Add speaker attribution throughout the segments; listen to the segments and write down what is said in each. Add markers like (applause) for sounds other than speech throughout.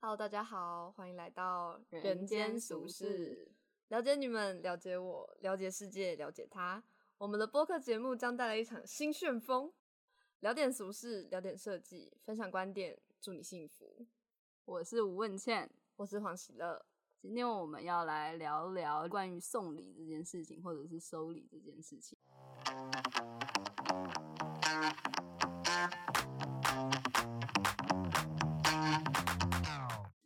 Speaker 1: Hello，大家好，欢迎来到
Speaker 2: 人间俗世，
Speaker 1: 了解你们，了解我，了解世界，了解他。我们的播客节目将带来一场新旋风，聊点俗事，聊点设计，分享观点，祝你幸福。
Speaker 2: 我是吴问倩。
Speaker 1: 我是黄喜乐，
Speaker 2: 今天我们要来聊聊关于送礼这件事情，或者是收礼这件事情。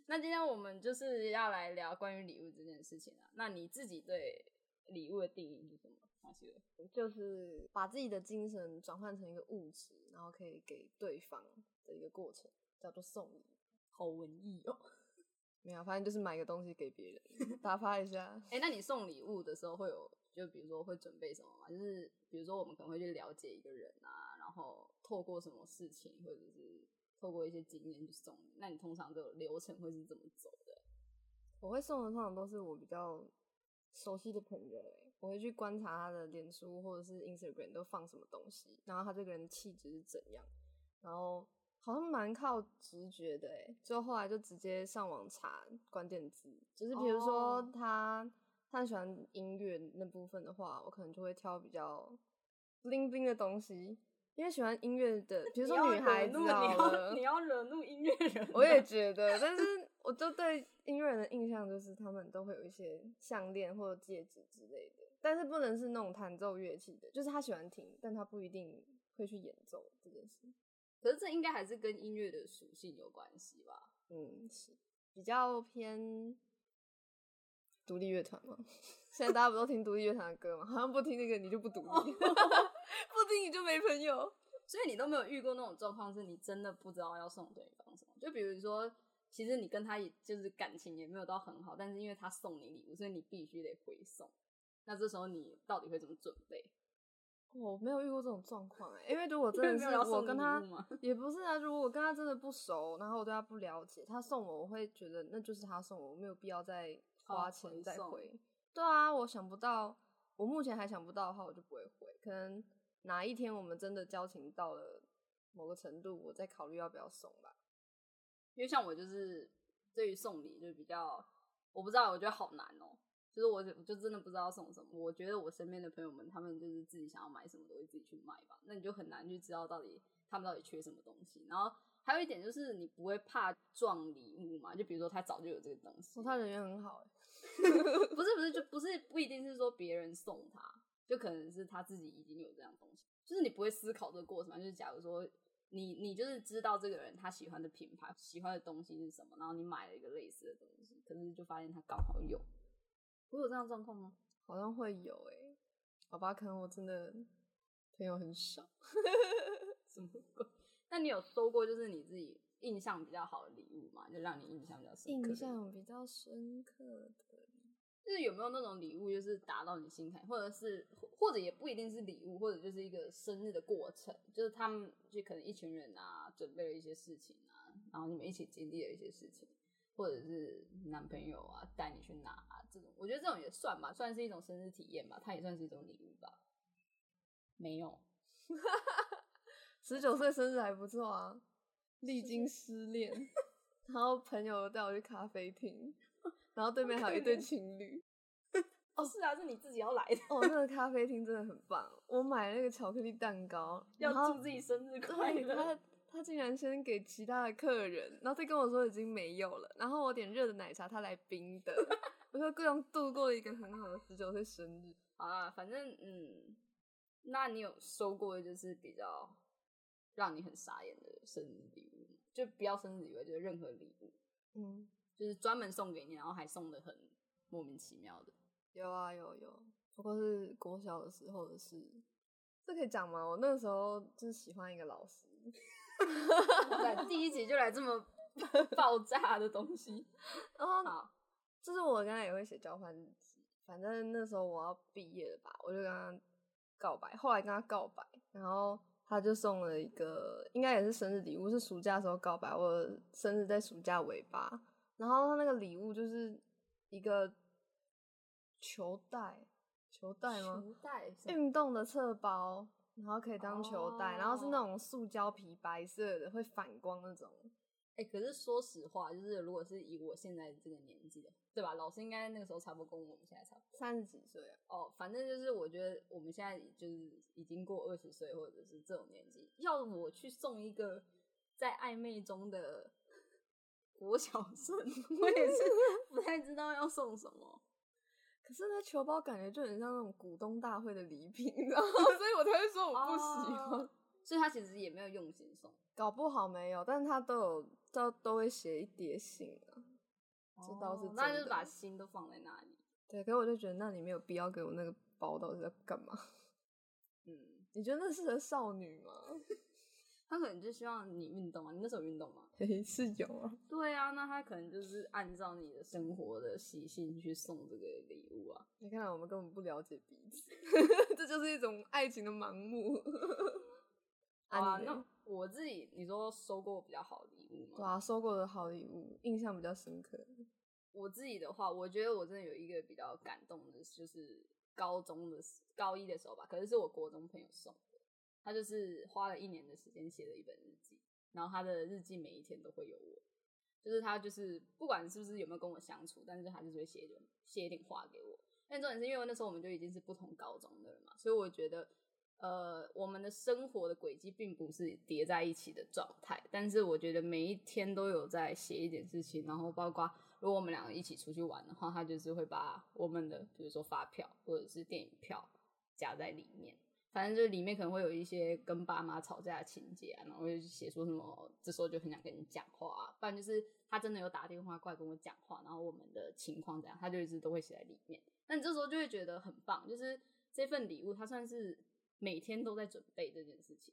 Speaker 2: 那今天我们就是要来聊关于礼物这件事情啊。那你自己对礼物的定义是什么？黄希文
Speaker 1: 就是把自己的精神转换成一个物质，然后可以给对方的一个过程，叫做送礼。
Speaker 2: 好文艺哦。
Speaker 1: 没有，啊反正就是买个东西给别人，打发一下。
Speaker 2: 哎、那你送礼物的时候会有，就比如说会准备什么吗？就是比如说我们可能会去了解一个人啊，然后透过什么事情，或者是透过一些经验去送礼。那你通常这个流程会是怎么走的？
Speaker 1: 我会送的通常都是我比较熟悉的朋友、欸，我会去观察他的脸书或者是 Instagram 都放什么东西，然后他这个人的气质是怎样，然后好像蛮靠直觉的、欸，哎，就后来就直接上网查关键字，就是比如说
Speaker 2: 哦
Speaker 1: 他、他很喜欢音乐那部分的话，我可能就会挑比较 bling bling 的东西，因为喜欢音乐的，比如
Speaker 2: 你
Speaker 1: 说
Speaker 2: 要
Speaker 1: 女孩子
Speaker 2: 惹怒
Speaker 1: 好
Speaker 2: 你要
Speaker 1: 了
Speaker 2: 你要惹怒音乐
Speaker 1: (laughs)
Speaker 2: 人，
Speaker 1: 我也觉得，但是我就对音乐人的印象就是他们都会有一些项链或者戒指之类的，但是不能是那种弹奏乐器的，就是他喜欢听，但他不一定会去演奏这件事。
Speaker 2: (laughs) 可是这应该还是跟音乐的属性有关系吧？
Speaker 1: 嗯，是比较偏独立乐团嘛。 (laughs) 现在大家不都听独立乐团的 (laughs) 歌吗？好像不听那个你就不独立，不听你就没朋友。
Speaker 2: (laughs) 所以你都没有遇过那种状况，是你真的不知道要送对方什么？就比如说，其实你跟他也就是感情也没有到很好，但是因为他送你礼物，所以你必须得回送。那这时候你到底会怎么准备？
Speaker 1: 我没有遇过这种状况 (laughs) 哎，因为如果真
Speaker 2: 因为
Speaker 1: 的是
Speaker 2: (laughs) 没有要
Speaker 1: 我
Speaker 2: 送
Speaker 1: 跟
Speaker 2: 你
Speaker 1: 他
Speaker 2: 礼物吗？
Speaker 1: 也不是啊，如果我跟他真的不熟，然后我对他不了解，他送我，我会觉得那就是他送我，我没有必要再花
Speaker 2: 哦
Speaker 1: 钱
Speaker 2: 回
Speaker 1: 再
Speaker 2: 送
Speaker 1: 回。对啊，我想不到，我目前还想不到的话，我就不会回。可能哪一天我们真的交情到了某个程度，我再考虑要不要送吧。
Speaker 2: 因为像我就是对于送礼就比较，我不知道，我觉得好难哦、就是我我就真的不知道送什么。我觉得我身边的朋友们，他们就是自己想要买什么都会自己去买吧，那你就很难去知道到底他们到底缺什么东西。然后还有一点就是你不会怕撞礼物嘛？就比如说他早就有这个东西，
Speaker 1: 哦，他人缘很好欸，
Speaker 2: 不是不是就不是不一定是说别人送他，就可能是他自己已经有这样的东西，就是你不会思考这个过程嘛。就是假如说你你就是知道这个人他喜欢的品牌、喜欢的东西是什么，然后你买了一个类似的东西，可是就发现他刚好有，会有这样的状况吗？
Speaker 1: 好像会有哎、好吧，可能我真的朋友很少。
Speaker 2: 什么鬼？那你有收过就是你自己印象比较好的礼物吗？就让你印象比较深刻的礼物？
Speaker 1: 印象比较深刻的
Speaker 2: 就是有没有那种礼物，就是打到你心坎，或者是或或者也不一定是礼物，或者就是一个生日的过程，就是他们就可能一群人啊，准备了一些事情啊，然后你们一起经历了一些事情，或者是男朋友啊带你去哪啊这种，我觉得这种也算吧，算是一种生日体验吧，它也算是一种礼物吧。没有，
Speaker 1: 十九岁生日还不错啊，历经失恋，然后朋友带我去咖啡厅，然后对面还有一对情侣。
Speaker 2: 哦，是啊，是你自己要来的，
Speaker 1: 哦，那个咖啡厅真的很棒，我买那个巧克力蛋糕，
Speaker 2: 要
Speaker 1: 然后
Speaker 2: 祝自己生日快
Speaker 1: 对
Speaker 2: 乐。
Speaker 1: 他，他竟然先给其他的客人，然后再跟我说已经没有了，然后我点热的奶茶，他来冰的， (laughs) 我就各种度过一个很好的十九岁生日。
Speaker 2: 啊，反正嗯，那你有收过就是比较让你很傻眼的生日礼物吗？就不要生日礼物，就是任何礼物，
Speaker 1: 嗯，
Speaker 2: 就是专门送给你，然后还送的很莫名其妙的。 (laughs)
Speaker 1: 有啊有有，不过是国小的时候的事，这可以讲吗？我那个时候就是喜欢一个老师，
Speaker 2: 哇塞第一集就来这么爆炸的东西，
Speaker 1: 然后
Speaker 2: 好，
Speaker 1: 就是我刚才也会写交换日记，反正那时候我要毕业了吧，我就跟他告白，后来跟他告白，然后他就送了一个，应该也是生日礼物，是暑假的时候告白，我生日在暑假尾巴，然后他那个礼物就是一个球袋，球袋吗？
Speaker 2: 福袋什么
Speaker 1: 运动的侧包，
Speaker 2: 哦
Speaker 1: 然后可以当球袋，然后是那种塑胶皮白色的，会反光那种。
Speaker 2: 哎、可是说实话，就是如果是以我现在这个年纪的，对吧？老师应该那个时候差不多跟我们现在差不多。
Speaker 1: 三十几岁啊，
Speaker 2: 哦，反正就是我觉得我们现在就是已经过二十岁，或者是这种年纪，要我去送一个在暧昧中的国小生，我也 (laughs) 是不太知道要送什么。
Speaker 1: 可是那球包感觉就很像那种股东大会的礼品， (laughs) 你知道吗？所以我才会说我不喜欢。
Speaker 2: 哦所以他其实也没有用心送，
Speaker 1: (laughs) 搞不好没有，但他都有都都会写一叠信啊。这倒是
Speaker 2: 哦那
Speaker 1: 真
Speaker 2: 就是
Speaker 1: 的
Speaker 2: 把心都放在那里。
Speaker 1: 对，可是我就觉得那你没有必要给我那个包，到底在干嘛？
Speaker 2: 嗯，
Speaker 1: 你觉得那适合少女吗？ (laughs)
Speaker 2: 他可能就希望你运动啊，你那时候有运动吗？
Speaker 1: 嘿，是有啊。
Speaker 2: 对啊，那他可能就是按照你的生活的习性去送这个礼物啊。
Speaker 1: 你看来我们根本不了解彼此， (laughs) 这就是一种爱情的盲目。
Speaker 2: 啊，
Speaker 1: 你嘞
Speaker 2: 那我自己，你说收过比较好的礼物吗？
Speaker 1: 对啊，收过的好礼物，印象比较深刻。
Speaker 2: 我自己的话，我觉得我真的有一个比较感动的，就是高中的时高一的时候吧，可是是我国中朋友送的，他就是花了一年的时间写了一本日记，然后他的日记每一天都会有我，就是他就是不管是不是有没有跟我相处，但是他就是会写一点写一点话给我。但重点是因为那时候我们就已经是不同高中的人嘛，所以我觉得。呃，我们的生活的轨迹并不是叠在一起的状态，但是我觉得每一天都有在写一点事情，然后包括如果我们两个一起出去玩的话，他就是会把我们的比如说发票或者是电影票夹在里面，反正就是里面可能会有一些跟爸妈吵架的情节啊，然后就写说什么这时候就很想跟你讲话、啊，不然就是他真的有打电话过来跟我讲话，然后我们的情况怎样，他就一直都会写在里面。那你这时候就会觉得很棒，就是这份礼物它算是每天都在准备这件事情。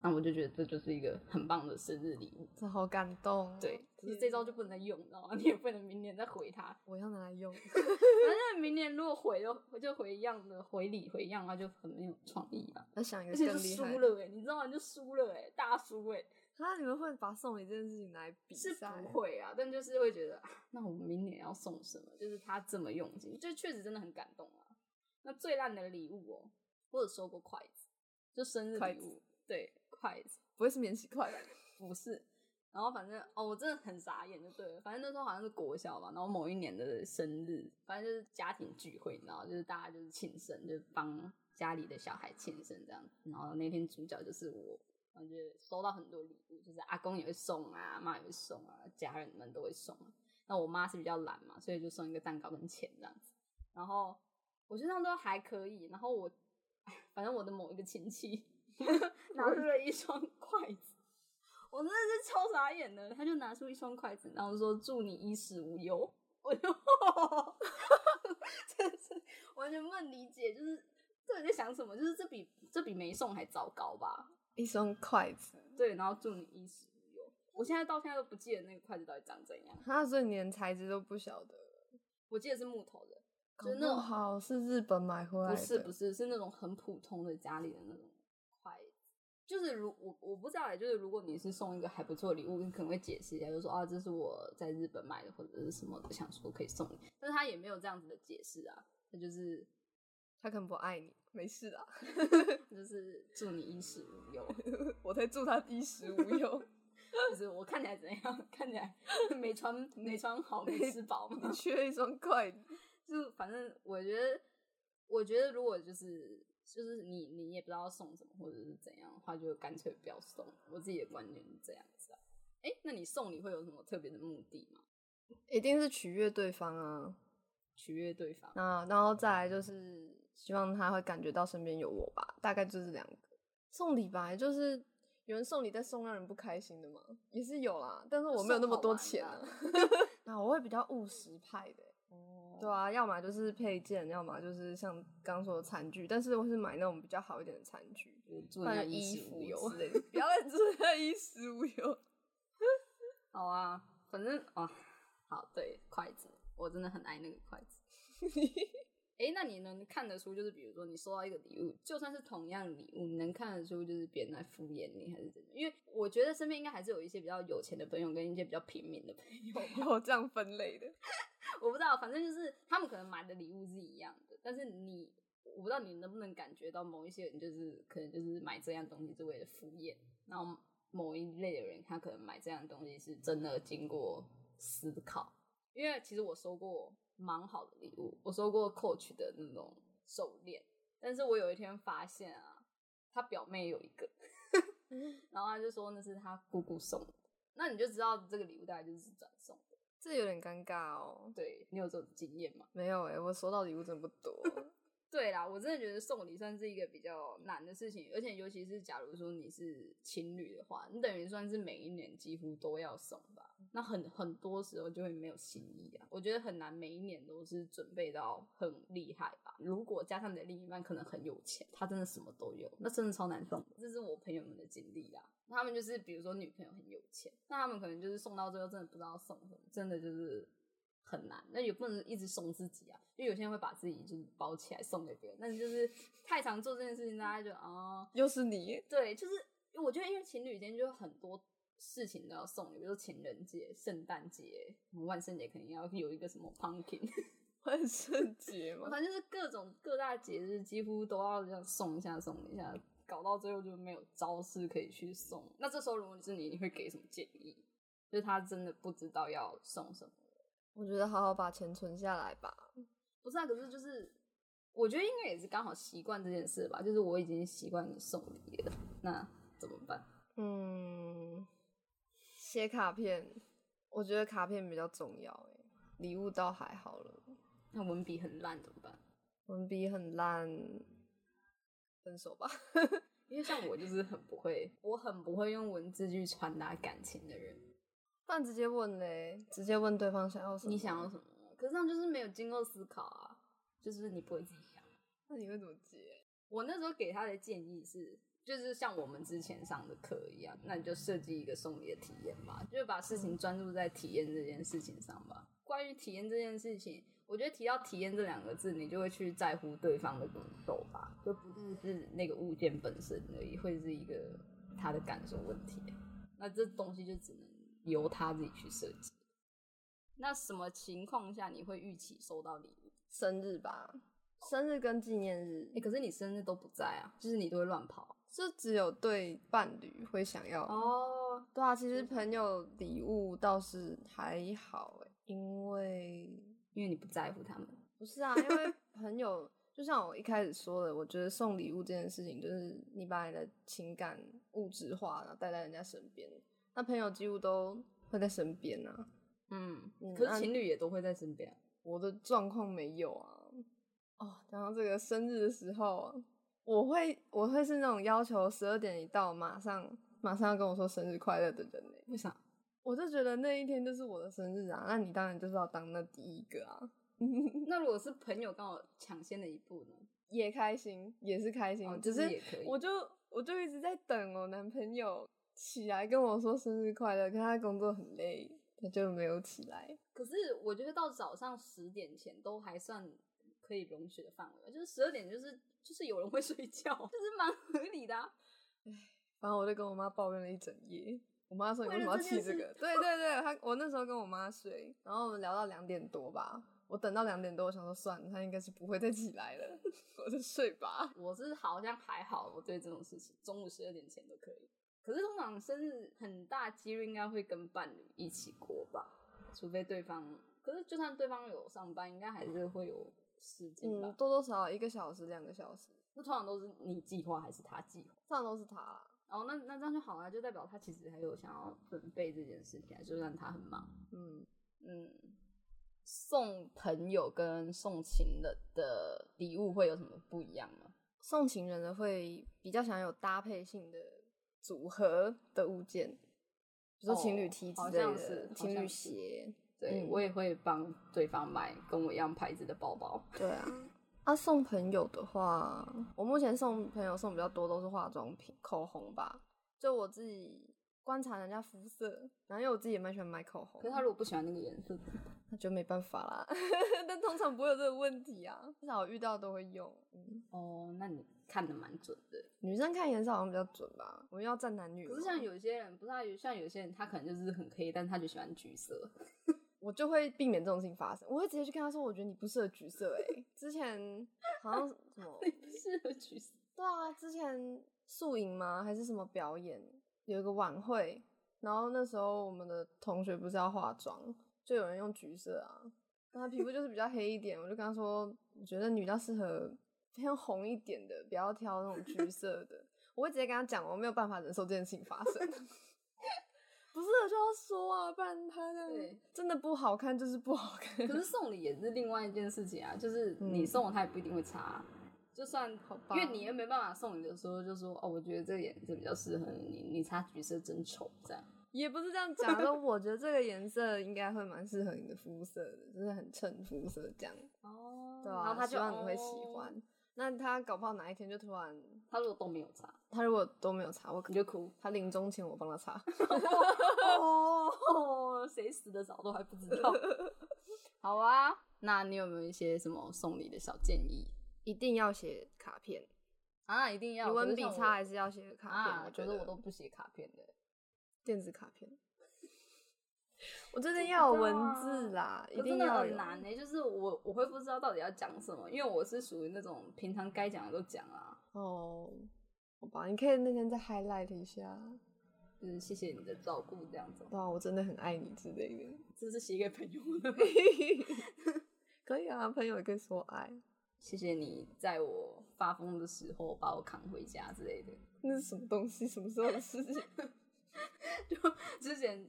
Speaker 2: 那我就觉得这就是一个很棒的生日礼物。
Speaker 1: 这好感动、哦。
Speaker 2: 对，可是
Speaker 1: 天
Speaker 2: 这招就不能再用，你知道吗？你也不能明年再回他。
Speaker 1: 我要拿来用。
Speaker 2: 反正明年如果回了，就回一样的回礼回一样的话，就很没有创意啊。
Speaker 1: 要想一
Speaker 2: 而
Speaker 1: 个
Speaker 2: 且就
Speaker 1: 更厉
Speaker 2: 输
Speaker 1: 害的。
Speaker 2: 了哎、你知道吗？你就输了哎、大输哎、
Speaker 1: 啊，你们会把送礼这件事情拿来比
Speaker 2: 是
Speaker 1: 赛？
Speaker 2: 不会啊，但就是会觉得，啊那我明年要送什么？就是他这么用心，就确实真的很感动啊。那最烂的礼物哦，我有收过筷子，就生日
Speaker 1: 筷
Speaker 2: 礼
Speaker 1: 子
Speaker 2: 物，对，筷子。
Speaker 1: 不会是免洗筷吧？
Speaker 2: 不是。然后反正哦，我真的很傻眼，就对了。反正那时候好像是国小吧，然后某一年的生日，反正就是家庭聚会，你知道，就是大家就是庆生，就是帮家里的小孩庆生这样。然后那天主角就是我，然后就收到很多礼物，就是阿公也会送啊，阿妈也会送啊，家人们都会送啊。那我妈是比较懒嘛，所以就送一个蛋糕跟钱这样子。然后我觉得那样都还可以。然后我，哎反正我的某一个亲戚拿出了一双筷子，我真的是超傻眼的。他就拿出一双筷子，然后说祝你衣食无忧。我就， (laughs) 真是完全不能理解，就是这底在想什么？就是这比这比没送还糟糕吧？
Speaker 1: 一双筷子。
Speaker 2: 对，然后祝你衣食无忧。我现在到现在都不记得那个筷子到底长怎样，
Speaker 1: 啊，所以你连材质都不晓得。
Speaker 2: 我记得是木头的，就
Speaker 1: 搞
Speaker 2: 是那
Speaker 1: 不
Speaker 2: 种
Speaker 1: 好是日本买回来的，
Speaker 2: 不是不是，是那种很普通的家里的那种筷子。就是如我我不知道欸，就是如果你是送一个还不错的礼物，你可能会解释一下，就说啊，这是我在日本买的或者是什么的，想说可以送你，但是他也没有这样子的解释啊，他就是
Speaker 1: 他可能不爱你，没事啦， (laughs)
Speaker 2: 就是祝你衣食无忧， (laughs)
Speaker 1: 我才祝他衣食无忧。 (laughs)
Speaker 2: 就是我看起来怎样，看起来没穿没穿好，没吃饱嘛
Speaker 1: 你，缺一双筷子。
Speaker 2: 就反正我觉得，我觉得如果就是就是你你也不知道送什么或者是怎样的话，就干脆不要送。我自己的观点是这样子啊。哎、那你送礼会有什么特别的目的吗？
Speaker 1: 一定是取悦对方啊。
Speaker 2: 取悦对方？
Speaker 1: 那然后再来就是希望他会感觉到身边有我吧，大概就是两个。送礼吧，就是有人送礼再送让人不开心的嘛，也是有啦。但是我没有那么多钱啊。 (laughs) 那我会比较务实派的欸、
Speaker 2: 哦
Speaker 1: 对，啊，要么就是配件，要么就是像刚刚说的餐具，但是我是买那种比较好一点的餐具，
Speaker 2: 就是祝
Speaker 1: 不
Speaker 2: 你
Speaker 1: 然就
Speaker 2: 衣
Speaker 1: 衣
Speaker 2: 食
Speaker 1: 服
Speaker 2: 无
Speaker 1: 油
Speaker 2: 忧
Speaker 1: 之类的。不要再祝他衣食无忧。
Speaker 2: 好啊，反正哦，好对，筷子，我真的很爱那个筷子。 (laughs) 哎、那你能看得出，就是比如说你收到一个礼物，就算是同样礼物，你能看得出就是别人在敷衍你还是怎么样？因为我觉得身边应该还是有一些比较有钱的朋友跟一些比较平民的朋友吧，
Speaker 1: 有这样分类的， (laughs)
Speaker 2: 我不知道，反正就是他们可能买的礼物是一样的，但是你我不知道你能不能感觉到某一些人就是可能就是买这样东西是为了敷衍，然后某一类的人，他可能买这样的东西是真的经过思考。因为其实我收过蛮好的礼物，我收过 Coach 的那种手链，但是我有一天发现啊，他表妹有一个， (laughs) 然后他就说那是他姑姑送的，那你就知道这个礼物大概就是转送的。
Speaker 1: 这有点尴尬哦。
Speaker 2: 对你有这种经验吗？
Speaker 1: 没有哎、我收到礼物真的不多，
Speaker 2: 对啦，我真的觉得送礼算是一个比较难的事情，而且尤其是假如说你是情侣的话，你等于算是每一年几乎都要送吧，那很很多时候就会没有新意啊。我觉得很难每一年都是准备到很厉害吧。如果加上你的另一半可能很有钱，他真的什么都有，那真的超难送的。这是我朋友们的经历啦。他们就是比如说女朋友很有钱，那他们可能就是送到最后真的不知道送什么，真的就是很难。那也不能一直送自己啊，因为有些人会把自己就是包起来送给别人，但是就是太常做这件事情，大家就哦，
Speaker 1: 又是你，欸
Speaker 2: 对，就是我觉得因为情侣间就有很多事情都要送，比如说情人节、圣诞节、嗯万圣节肯定要有一个什么 pumpkin， (laughs)
Speaker 1: 万圣节嘛。
Speaker 2: 反正就是各种各大节日几乎都要这样送一下送一下，搞到最后就没有招式可以去送。那这时候如果是你，你会给什么建议？就是他真的不知道要送什么。
Speaker 1: (laughs) 我觉得好好把钱存下来吧。
Speaker 2: 不是啊，可是就是我觉得应该也是刚好习惯这件事吧，就是我已经习惯你送礼了，那怎么办？
Speaker 1: 嗯，写卡片，我觉得卡片比较重要哎、礼物倒还好了。
Speaker 2: 那文笔很烂怎么办？
Speaker 1: 文笔很烂，分手吧。 (laughs)
Speaker 2: 因为像我就是很不会，我很不会用文字去传达感情的人。
Speaker 1: 不然直接问嘞，直接问对方想要什么。
Speaker 2: 你想要什么？可是这样就是没有经过思考啊，就是你不会自己想。
Speaker 1: 那你会怎么接？
Speaker 2: 我那时候给他的建议是，就是像我们之前上的课一样，那你就设计一个送礼的体验吧，就是把事情专注在体验这件事情上吧。关于体验这件事情，我觉得提到体验这两个字，你就会去在乎对方的感受吧，就不再是那个物件本身而已，会是一个他的感受问题。那这东西就只能由他自己去设计。那什么情况下你会预期收到礼物？
Speaker 1: 生日吧，生日跟纪念日
Speaker 2: 哎、，可是你生日都不在啊，就是你都会乱跑
Speaker 1: 这只有对伴侣会想要。
Speaker 2: 哦。
Speaker 1: 对啊，其实朋友礼物倒是还好哎、因为
Speaker 2: 因为你不在乎他们。
Speaker 1: 不是啊，因为朋友就像我一开始说的，我觉得送礼物这件事情，就是你把你的情感物质化，然后带在人家身边。那朋友几乎都会在身边啊，
Speaker 2: 嗯
Speaker 1: 嗯
Speaker 2: 可
Speaker 1: 那
Speaker 2: 是情侣也都会在身边。啊
Speaker 1: 我的状况没有啊。哦，讲到这个生日的时候啊，我会我会是那种要求十二点一到马上马上要跟我说生日快乐的人呢、
Speaker 2: 为啥？ (laughs)
Speaker 1: 我就觉得那一天就是我的生日啊，那你当然就是要当那第一个啊，
Speaker 2: 那如果是朋友刚好抢先了一步呢？
Speaker 1: 也开心也是开心，
Speaker 2: 哦
Speaker 1: 只
Speaker 2: 这
Speaker 1: 是
Speaker 2: 也可以
Speaker 1: 我就我就一直在等我男朋友起来跟我说生日快乐，可他工作很累，他就没有起来。
Speaker 2: 可是我觉得到早上十点前都还算可以容许的范围吧，就是十二点就是就是有人会睡觉，就是蛮合理的、啊。
Speaker 1: 然后我就跟我妈抱怨了一整夜。我妈说你为什么要
Speaker 2: 为了这
Speaker 1: 气
Speaker 2: 件
Speaker 1: 这
Speaker 2: 事
Speaker 1: 个？对对对，她我那时候跟我妈睡，然后我们聊到两点多吧。我等到两点多，我想说算了，她应该是不会再起来了， (laughs) 我就睡吧。
Speaker 2: 我是好像还好，我对这种事情中午十二点前都可以。可是通常生日很大几率应该会跟伴侣一起过吧，除非对方。可是就算对方有上班，应该还是会有时间吧。
Speaker 1: 嗯，多多少少一个小时、两个小时，
Speaker 2: 那通常都是你计划还是他计划？
Speaker 1: 上都是她啦。
Speaker 2: 哦，那那这样就好了，就代表他其实还有想要准备这件事情啊，就算他很忙。
Speaker 1: 嗯，
Speaker 2: 嗯，送朋友跟送情人的礼物会有什么不一样吗？
Speaker 1: 送情人的会比较想有搭配性的组合的物件，比如说情侣
Speaker 2: 哦
Speaker 1: 梯之
Speaker 2: 好
Speaker 1: 类
Speaker 2: 像
Speaker 1: 的
Speaker 2: 是，好
Speaker 1: 情
Speaker 2: 像
Speaker 1: 侣
Speaker 2: 是
Speaker 1: 鞋。
Speaker 2: 对、
Speaker 1: 嗯
Speaker 2: 我也会帮对方买跟我一样牌子的包包。
Speaker 1: 对啊，啊送朋友的话，我目前送朋友送比较多都是化妆品、口红吧。就我自己观察人家肤色，然后因为我自己也蛮喜欢买口红，
Speaker 2: 可是他如果不喜欢那个颜色，
Speaker 1: 那就没办法啦。 (laughs) 但通常不会有这个问题啊，至少我遇到都会用。嗯，
Speaker 2: 哦，那你看的蛮准的。
Speaker 1: 女生看颜色好像比较准吧，我们要站男女嘛。
Speaker 2: 可是像有些人，不是啊有像有些人，他可能就是很黑，但他就喜欢橘色。 (laughs)
Speaker 1: 我就会避免这种事情发生，我会直接去跟他说，我觉得你不适合橘色、欸。哎，之前好像什么
Speaker 2: 你不适合橘色。
Speaker 1: 对啊，之前宿营吗？还是什么表演？有一个晚会，然后那时候我们的同学不是要化妆，就有人用橘色啊，但他皮肤就是比较黑一点，我就跟他说，我觉得你比较适合偏红一点的，不要挑那种橘色的。我会直接跟他讲，我没有办法忍受这件事情发生。 (laughs) 不是就要说啊，不然他这样
Speaker 2: 对
Speaker 1: 真的不好看，就是不好
Speaker 2: (laughs)
Speaker 1: 看。
Speaker 2: 可是送礼也是另外一件事情 (laughs) 啊，就是
Speaker 1: 嗯
Speaker 2: 你送了他也不一定会差，啊就算
Speaker 1: 好吧
Speaker 2: 嗯因为你又没办法送你的时候，就说哦，我觉得这个颜色比较适合你，你擦橘色真丑这样。
Speaker 1: 也不是这样讲，但我觉得这个颜色应该会蛮适合你的肤色的，就是很衬肤色这样，
Speaker 2: 哦
Speaker 1: 对啊
Speaker 2: 然后他
Speaker 1: 希
Speaker 2: 就
Speaker 1: 望你会喜
Speaker 2: 哦
Speaker 1: 欢。那他搞不好哪一天就突然，
Speaker 2: 他如果都没有擦，
Speaker 1: 他如果都没有擦，我可
Speaker 2: 你就 (laughs) 哭。
Speaker 1: 他临终前我帮他擦。
Speaker 2: 哦，谁死的早都还不知 (laughs) 道。好啊，那你有没有一些什么送礼的小建议
Speaker 1: (laughs) 一定要写卡片，
Speaker 2: 啊？一定要
Speaker 1: 你文笔
Speaker 2: 可是像
Speaker 1: 差
Speaker 2: 我
Speaker 1: 还是要写卡片。
Speaker 2: 啊？
Speaker 1: 我
Speaker 2: 觉
Speaker 1: 觉
Speaker 2: 得
Speaker 1: 得
Speaker 2: 我都不写卡片的。
Speaker 1: 电子卡片。我真的要有文字啦，一
Speaker 2: 啊可
Speaker 1: 定
Speaker 2: 真的
Speaker 1: 要
Speaker 2: 很
Speaker 1: 有。
Speaker 2: 难呢、欸就是我我会不知道到底要讲什么，因为我是属于那种平常该讲的都讲啊，
Speaker 1: 哦，好吧，你可以那天再 highlight 一下，
Speaker 2: 就是谢谢你的照顾这样子，
Speaker 1: 哇，我真的很爱你之类的。
Speaker 2: 这是写给朋友的，
Speaker 1: (laughs) 可以啊，朋友也可以说爱。
Speaker 2: (laughs) 谢谢你在我发疯的时候把我扛回家之类的。
Speaker 1: 那是什么东西？什 (laughs) 么时候的事情？
Speaker 2: 之前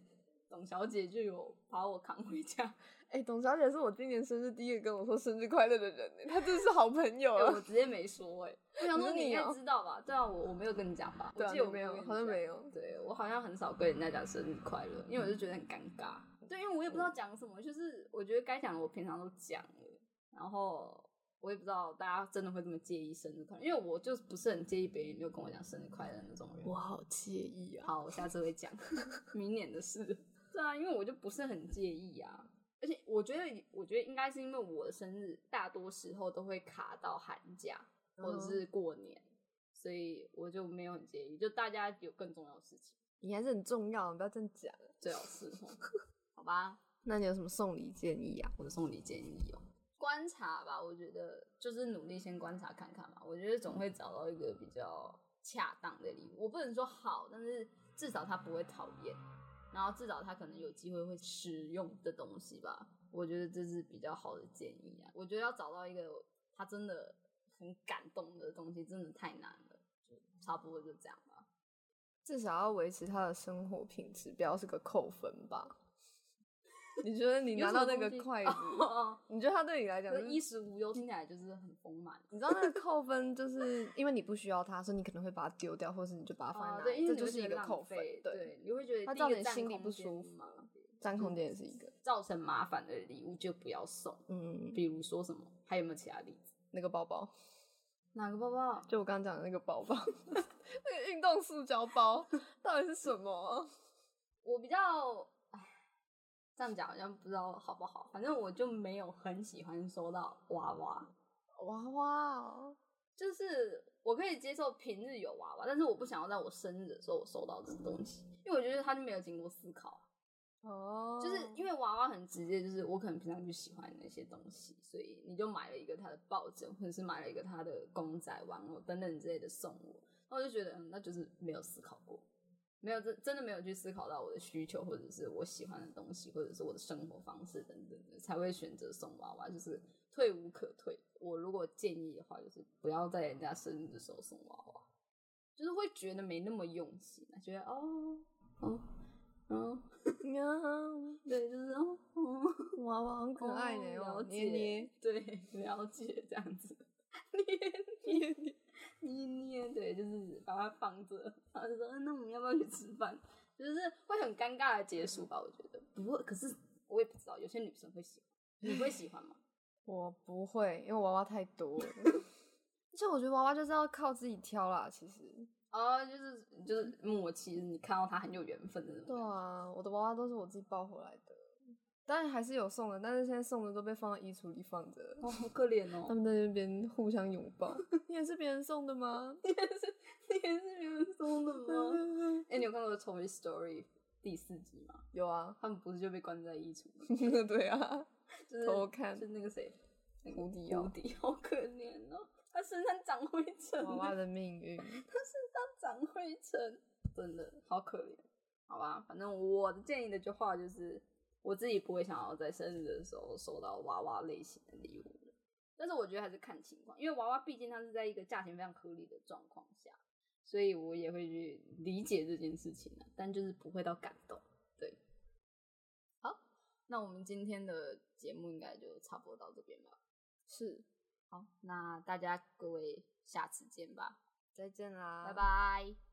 Speaker 2: 董小姐就有把我扛回家，
Speaker 1: 哎、董小姐是我今年生日第一个跟我说生日快乐的人、欸，她真是好朋友
Speaker 2: 哎、
Speaker 1: (laughs) 啊。
Speaker 2: 我直接没说哎、我想说
Speaker 1: 你
Speaker 2: 你应
Speaker 1: 有
Speaker 2: 该知道吧？对啊，我我没有跟你讲吧？
Speaker 1: (laughs) 对啊
Speaker 2: 我记得
Speaker 1: 你
Speaker 2: 我
Speaker 1: 没有
Speaker 2: 跟你
Speaker 1: 好像
Speaker 2: 讲
Speaker 1: 没有
Speaker 2: 对我好像很少跟人家讲生日快乐，因为我就觉得很尴尬。对，因为我也不知道讲什么，就是我觉得该讲的我平常都讲了，然后我也不知道大家真的会这么介意生日快乐，因为我就是不是很介意别人有没有跟我讲生日快乐那种人。
Speaker 1: 我好介意啊！
Speaker 2: 好，我下次会讲 (laughs) 明年的事。对啊，因为我就不是很介意啊，而且我觉得，我觉得应该是因为我的生日大多时候都会卡到寒假或者
Speaker 1: 嗯
Speaker 2: 是过年，所以我就没有很介意。就大家有更重要的事情，
Speaker 1: 你还是很重要，你不要这样讲。
Speaker 2: 最好是哦好吧？
Speaker 1: 那你有什么送礼建议啊？
Speaker 2: 我的送礼建议哦，观察吧，我觉得就是努力先观察看看嘛，我觉得总会找到一个比较恰当的礼物。我不能说好，但是至少他不会讨厌，然后至少他可能有机会会使用的东西吧。我觉得这是比较好的建议啊。我觉得要找到一个他真的很感动的东西，真的太难了。就差不多就这样吧。
Speaker 1: 至少要维持她的生活品质，不要是个扣分吧？ (laughs) 你觉得你拿到那个筷子，
Speaker 2: (laughs)
Speaker 1: 你觉得他对你来讲
Speaker 2: 可
Speaker 1: (laughs) 就是是
Speaker 2: 衣食无忧，听起来就是很丰满。
Speaker 1: 你知道那个扣分，就是因为你不需要它，所以你可能会把它丢掉，或是你就把它放在
Speaker 2: 啊，
Speaker 1: 那
Speaker 2: 对，
Speaker 1: 里，
Speaker 2: 因为
Speaker 1: 这就
Speaker 2: 你会
Speaker 1: 是
Speaker 2: 觉
Speaker 1: 一
Speaker 2: 得
Speaker 1: 个
Speaker 2: 浪
Speaker 1: 扣分
Speaker 2: 费。
Speaker 1: 对，
Speaker 2: 对，你会觉得
Speaker 1: 它
Speaker 2: 第
Speaker 1: 造
Speaker 2: 一个
Speaker 1: 成
Speaker 2: 占
Speaker 1: 心里
Speaker 2: 空
Speaker 1: 不
Speaker 2: 间
Speaker 1: 舒服
Speaker 2: 嘛，对
Speaker 1: 占空
Speaker 2: 就
Speaker 1: 间也是一个。
Speaker 2: 造成麻烦的礼物就不要送。
Speaker 1: 嗯，
Speaker 2: 比如说什么，还有没有其他例子？
Speaker 1: 那个包包，
Speaker 2: 哪个包包？
Speaker 1: 就我刚刚讲的那个包 (laughs) 包，那个运动塑胶包到底是什么啊？
Speaker 2: 我比较，唉这样讲好像不知道好不好，反正我就没有很喜欢收到娃娃，
Speaker 1: 娃娃哦，
Speaker 2: 就是我可以接受平日有娃娃，但是我不想要在我生日的时候我收到这东西，因为我觉得它就没有经过思考。
Speaker 1: 哦
Speaker 2: 就是因为娃娃很直接，就是我可能平常就喜欢那些东西，所以你就买了一个他的抱枕，或者是买了一个他的公仔玩偶等等之类的送我，那我就觉得，嗯，那就是没有思考过，没有真真的没有去思考到我的需求，或者是我喜欢的东西，或者是我的生活方式等等的，才会选择送娃娃，就是退无可退。我如果建议的话，就是不要在人家生日的时候送娃娃，就是会觉得没那么用心，觉得哦，哦，嗯。
Speaker 1: 嗯
Speaker 2: 对，就是哦，哦
Speaker 1: 娃娃很可爱呢，
Speaker 2: 哦
Speaker 1: 哦
Speaker 2: 了
Speaker 1: 捏
Speaker 2: 解，
Speaker 1: 捏，
Speaker 2: 对，了解这样子，捏捏捏捏，对，就是把它放着，然后就说，嗯，那我们要不要去吃饭？就是会很尴尬的结束吧，我觉得不会，可是我也不知道，有些女生会喜欢，你会喜欢吗？ (laughs)
Speaker 1: 我不会，因为娃娃太多了。 (laughs) 而且我觉得娃娃就是要靠自己挑啦，其实。
Speaker 2: 哦，就是就是默契，你看到他很有缘分的那种
Speaker 1: 对
Speaker 2: 感觉。
Speaker 1: 啊，我的娃娃都是我自己抱回来的，当然还是有送的，但是现在送的都被放到衣橱里放着了，
Speaker 2: 哦，好可怜
Speaker 1: 他
Speaker 2: 哦！
Speaker 1: 们在那边互相拥抱。 (laughs) 你也是别人送的 (laughs) 吗？
Speaker 2: (laughs) 你也是别人送的
Speaker 1: (laughs)
Speaker 2: 吗？
Speaker 1: 啊
Speaker 2: 哎、你有看过《Toy Story》第四集吗？
Speaker 1: 有啊， (laughs)
Speaker 2: 他们不是就被关在衣橱里？
Speaker 1: 对啊，
Speaker 2: 就是
Speaker 1: 偷看
Speaker 2: 就是那个谁，那个
Speaker 1: 胡迪哦
Speaker 2: 胡迪好可怜哦，他身上长灰尘，
Speaker 1: 娃娃的命运。
Speaker 2: 他身上长灰尘， (laughs) 真的好可怜。好吧，反正我的建议的就话就是，我自己不会想要在生日的时候收到娃娃类型的礼物的但是我觉得还是看情况，因为娃娃毕竟它是在一个价钱非常合理的状况下，所以我也会去理解这件事情的，但就是不会到感动。对，好，那我们今天的节目应该就差不多到这边吧。
Speaker 1: 是，
Speaker 2: 好，那大家各位下次见吧，
Speaker 1: 再见啦，
Speaker 2: 拜。拜。